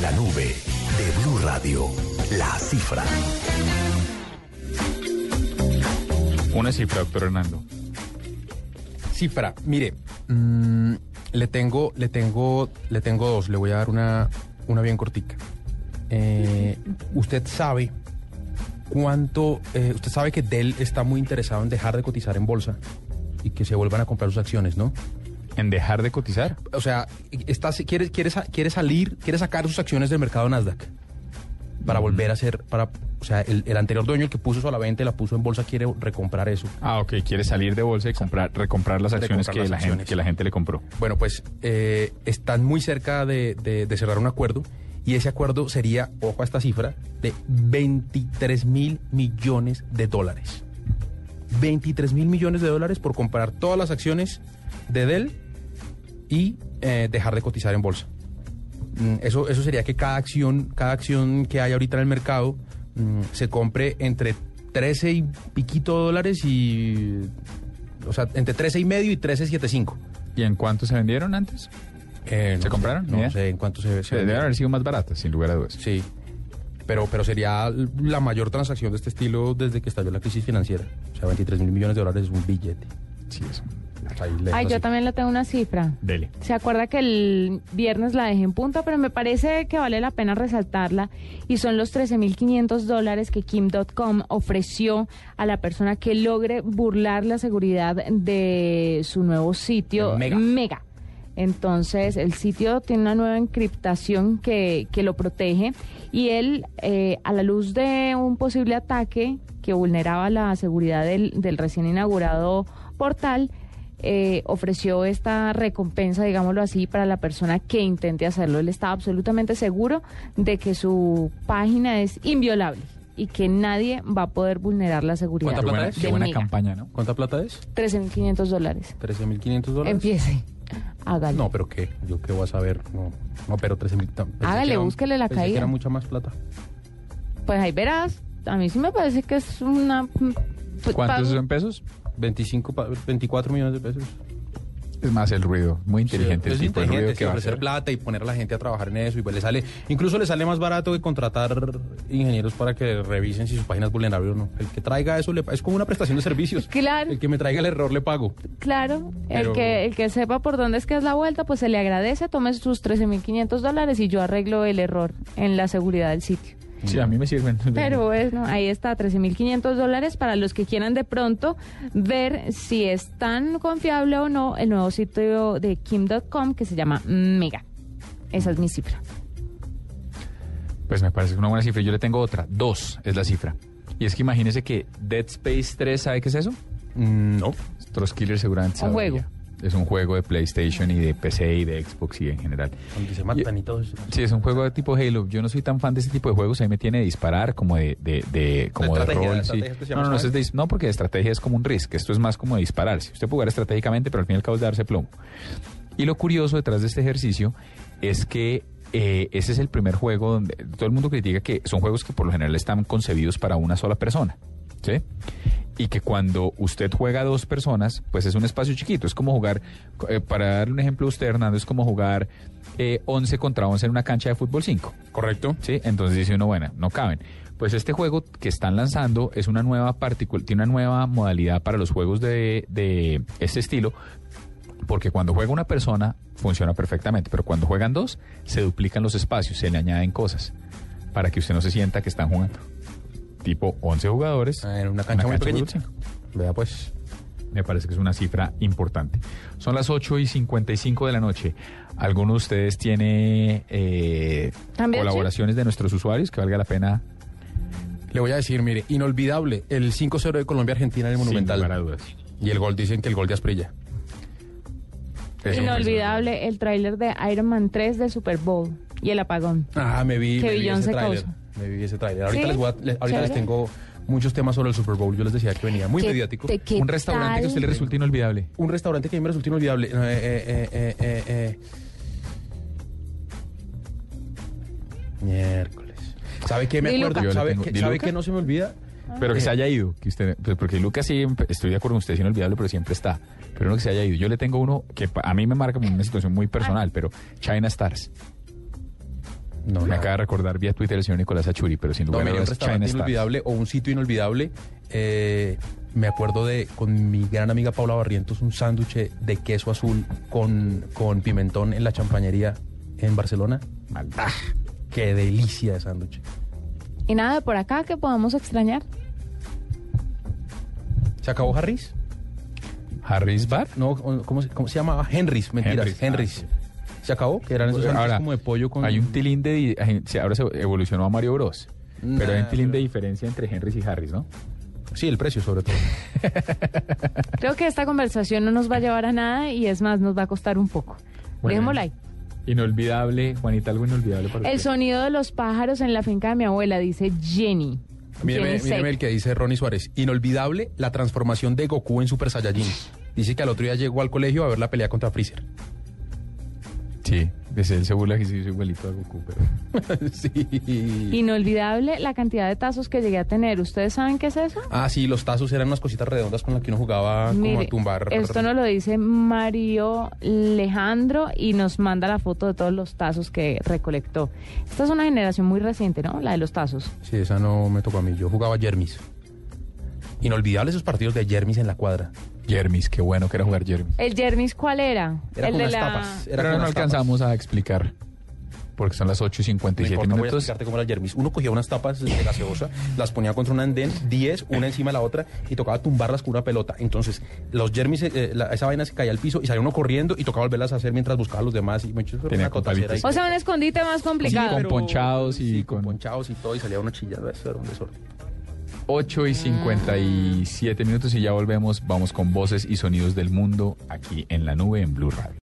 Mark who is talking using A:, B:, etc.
A: la nube de Blue Radio, la cifra.
B: Una cifra, doctor Hernando.
C: Cifra, mire, mm, le tengo, le tengo, le tengo dos, le voy a dar una, una bien cortica. Eh, usted sabe cuánto, eh, usted sabe que Dell está muy interesado en dejar de cotizar en bolsa y que se vuelvan a comprar sus acciones, ¿no?
B: ¿En dejar de cotizar?
C: O sea, está, quiere, quiere, sa- quiere salir, quiere sacar sus acciones del mercado Nasdaq para volver a ser, para, o sea, el, el anterior dueño, el que puso eso a la venta y la puso en bolsa, quiere recomprar eso.
B: Ah, ok, quiere salir de bolsa y comprar, recomprar las acciones,
C: Recomprar
B: que,
C: las
B: la Gente,
C: acciones.
B: que la gente le compró.
C: Bueno, pues eh, están muy cerca de, de- de cerrar un acuerdo y ese acuerdo sería, ojo a esta cifra, de 23 mil millones de dólares. 23 mil millones de dólares por comprar todas las acciones de Dell y eh, dejar de cotizar en bolsa. Mm, Eso, eso sería que cada acción, cada acción que hay ahorita en el mercado mm, se compre entre 13 y piquito dólares y... O sea, entre 13 y medio y 13.75.
B: ¿Y en cuánto se vendieron antes?
C: Eh,
B: ¿Se
C: sé,
B: compraron? Ni idea.
C: No sé en cuánto se, se
B: Se deben
C: vendieron.
B: haber sido más baratas, sin lugar a dudas.
C: Sí. Pero, pero sería la mayor transacción de este estilo desde que estalló la crisis financiera. O sea, 23 mil millones de dólares es un billete.
B: Sí, eso.
C: Ahí le dejo
D: Ay,
C: así.
D: yo también le tengo una cifra.
B: Dele.
D: Se acuerda que el viernes la dejé en punta, pero me parece que vale la pena resaltarla y son los 13.500 dólares que Kim.com ofreció a la persona que logre burlar la seguridad de su nuevo sitio
C: Mega.
D: Entonces, el sitio tiene una nueva encriptación que, que lo protege y él, eh, a la luz de un posible ataque que vulneraba la seguridad del, del recién inaugurado portal, eh, ofreció esta recompensa, digámoslo así, para la persona que intente hacerlo. Él está absolutamente seguro de que su página es inviolable y que nadie va a poder vulnerar la seguridad.
C: ¿Cuánta
B: Qué buena,
C: plata es?
B: qué buena
D: Mega.
B: campaña, ¿no?
C: ¿Cuánta plata es?
D: 13.500 dólares.
C: 13 mil 500 dólares.
D: Empiece. Hágale.
C: No, pero ¿qué? ¿Yo qué voy a saber? No, no pero 13 mil.
D: Hágale, búsquele la caída.
C: era mucha más plata.
D: Pues ahí verás. A mí sí me parece que es una. pues,
B: ¿Cuántos
D: pa-
B: son pesos?
C: 25, pa- 24 millones de pesos.
B: Es más el ruido. Muy inteligente
C: Sí,
B: el
C: es
B: tipo. El
C: inteligente,
B: ruido
C: sí,
B: que va a
C: ofrecer
B: hacer.
C: plata y poner a la gente a trabajar en eso. Y pues le sale, incluso le sale más barato que contratar ingenieros para que revisen si su página es vulnerable o no. El que traiga eso le, pa- es como una prestación de servicios.
D: Claro.
C: El que me traiga el error le pago.
D: Claro,
C: Pero-
D: el, que, el que sepa por dónde es que es la vuelta, pues se le agradece, tome sus 13.500 dólares y yo arreglo el error en la seguridad del sitio.
B: Sí, a mí me sirven.
D: Pero bueno, ahí está, 13.500 dólares para los que quieran de pronto ver si es tan confiable o no el nuevo sitio de Kim.com que se llama Mega. Esa es mi cifra.
B: Pues me parece una buena cifra. Yo le tengo otra. Dos es la cifra. Y es que imagínese que Dead Space 3, ¿sabe qué es eso?
C: Mm, No.
B: Killer seguramente
D: Un
B: sabría.
D: juego.
B: Es un juego de PlayStation y de PC y de Xbox y en general.
C: Donde se matan
B: Y-
C: y todo eso.
B: Sí, es un juego de tipo Halo. Yo no soy tan fan de ese tipo de juegos. Ahí me tiene de disparar, como de, de, de- como
C: De
B: de,
C: estrategia,
B: rol.
C: de
B: sí.
C: estrategia que se
B: No,
C: llama,
B: no, no, eso
C: ¿sabes?
B: es de dis- no, porque de estrategia es como un risk. Esto es más como de disparar. Si usted puede jugar estratégicamente, pero al fin y al cabo es darse plomo. Y lo curioso detrás de este ejercicio es que eh, ese es el primer juego donde todo el mundo critica que son juegos que por lo general están concebidos para una sola persona. ¿Sí? Y que cuando usted juega a dos personas, pues es un espacio chiquito. Es como jugar, eh, para darle un ejemplo a usted, Hernando, es como jugar eh, 11 contra 11 en una cancha de fútbol 5.
C: Correcto.
B: ¿sí? Entonces dice uno, bueno, no caben. Pues este juego que están lanzando es una nueva partícula, tiene una nueva modalidad para los juegos de, de este estilo, porque cuando juega una persona funciona perfectamente, pero cuando juegan dos se duplican los espacios, se le añaden cosas para que usted no se sienta que están jugando. Tipo 11 jugadores
C: Ah, en una cancha muy
B: de fútbol
C: pequeñita.
B: cinco.
C: Vea pues.
B: Me parece que es una cifra importante. Son las 8 y 55 de la noche. ¿Alguno de ustedes tiene eh,
D: También, sí.
B: colaboraciones de nuestros usuarios que valga la pena
C: Le voy a decir, mire, inolvidable, el 5-0 de Colombia-Argentina en el Monumental.
B: Sin lugar a dudas.
C: Y el gol, dicen que el gol de Asprilla.
B: Eso,
D: Inolvidable el tráiler de Iron Man 3 del Super Bowl y el apagón.
C: Ah, me vi,
D: Que
C: me vi
D: Beyoncé
C: ese tráiler.
D: causa.
C: Me vi ese tráiler. Ahorita,
D: ¿Sí?
C: les, voy a- les- ahorita
D: Chévere.
C: les tengo muchos temas sobre el Super Bowl. Yo les decía que venía muy mediático.
B: pues, Un restaurante que a usted le resulta inolvidable.
C: Un restaurante que a mí me resulta inolvidable. Eh, eh, eh, eh, eh, eh. Miércoles. ¿Sabe qué me
D: Di
C: acuerdo?
B: Luca. Yo le
C: ¿Sabe,
B: tengo-
C: qué,
B: Di
C: sabe
B: Luca.
C: qué no se me olvida?
B: Pero que
C: Ah.
B: se haya ido. Que usted, pues, porque Lucas sí, empe- estoy de acuerdo con usted, es inolvidable, pero siempre está. Pero no que se haya ido. Yo le tengo uno que pa- a mí me marca como una situación muy personal, pero China Stars.
C: No,
B: Me
C: nada.
B: acaba de recordar vía Twitter el señor Nicolás Achuri, pero sin
C: No,
B: duda
C: me dio un restaurante
B: China Stars.
C: inolvidable o un sitio inolvidable. Eh, me acuerdo de con mi gran amiga Paula Barrientos un sándwich de queso azul con, con pimentón en la champañería en Barcelona.
B: Maldad.
C: Qué delicia de sándwich.
D: Y nada de por acá que podamos extrañar.
C: ¿Se acabó Harris?
B: Harris Bar.
C: No, ¿cómo, se- cómo se llamaba? Henry's, mentiras,
B: Henry's,
C: Henry's.
B: ah,
C: ¿Se acabó? Que eran esos sándwiches
B: Ahora,
C: como de pollo con...
B: hay un tilín de... di- hay- sí, Ahora se evolucionó a Mario Bros. pero hay
C: Nah,
B: un tilín de
C: pero-
B: diferencia entre Henry y Harris, ¿no?
C: Sí, el precio sobre todo.
D: Creo que esta conversación no nos va a llevar a nada y es más, nos va a costar un poco.
B: Bueno,
D: Dejémosla ahí.
B: Inolvidable, Juanita, algo inolvidable
C: pues
B: para
D: El
B: usted.
D: sonido de los pájaros en la finca de mi abuela, dice Jenny.
C: Míreme,
D: Jenny Sec.
C: míreme el que dice Ronnie Suárez. Inolvidable la transformación de Goku en Super Saiyajin. Dice que al otro día llegó al colegio a ver la pelea contra Freezer.
B: Sí, desde él se burla que sí soy igualito a Goku, pero...
C: sí.
D: Inolvidable la cantidad de tazos que llegué a tener. ¿Ustedes saben qué es eso?
C: Ah, sí, los tazos eran unas cositas redondas con las que uno jugaba Ah, como
D: Mire,
C: a tumbar.
D: Esto nos lo dice Mario Alejandro y nos manda la foto de todos los tazos que recolectó. Esta es una generación muy reciente, ¿no? La de los tazos.
C: Sí, esa no me tocó a mí. Yo jugaba Jermis. Inolvidable esos partidos de Jermis en la cuadra.
B: Jermis, qué bueno que era jugar Jermis.
D: ¿El Jermis cuál era?
C: Era
D: el
C: con
D: de
C: unas
D: la...
C: tapas. Era
B: Pero
C: con
B: no
C: unas
B: alcanzamos a explicar, porque son las 8 y
C: No
B: 57
C: importa, voy a
B: minutos.
C: explicarte cómo era el Jermis. Uno cogía unas tapas de gaseosa, las ponía contra un andén, 10, una encima de la otra, y tocaba tumbarlas con una pelota. Entonces, los Jermis, eh, la- esa vaina se caía al piso y salía uno corriendo y tocaba volverlas a hacer mientras buscaba a los demás. Y me echó
B: Tenía
C: una
B: copalitos.
D: O sea, un escondite más complicado.
B: con ponchados y
C: sí, con,
B: con-
C: ponchados y todo, y salía uno chillando. Eso era un desorden.
B: 8 y 57 minutos y ya volvemos. Vamos con voces y sonidos del mundo aquí en la nube en Blue Radio.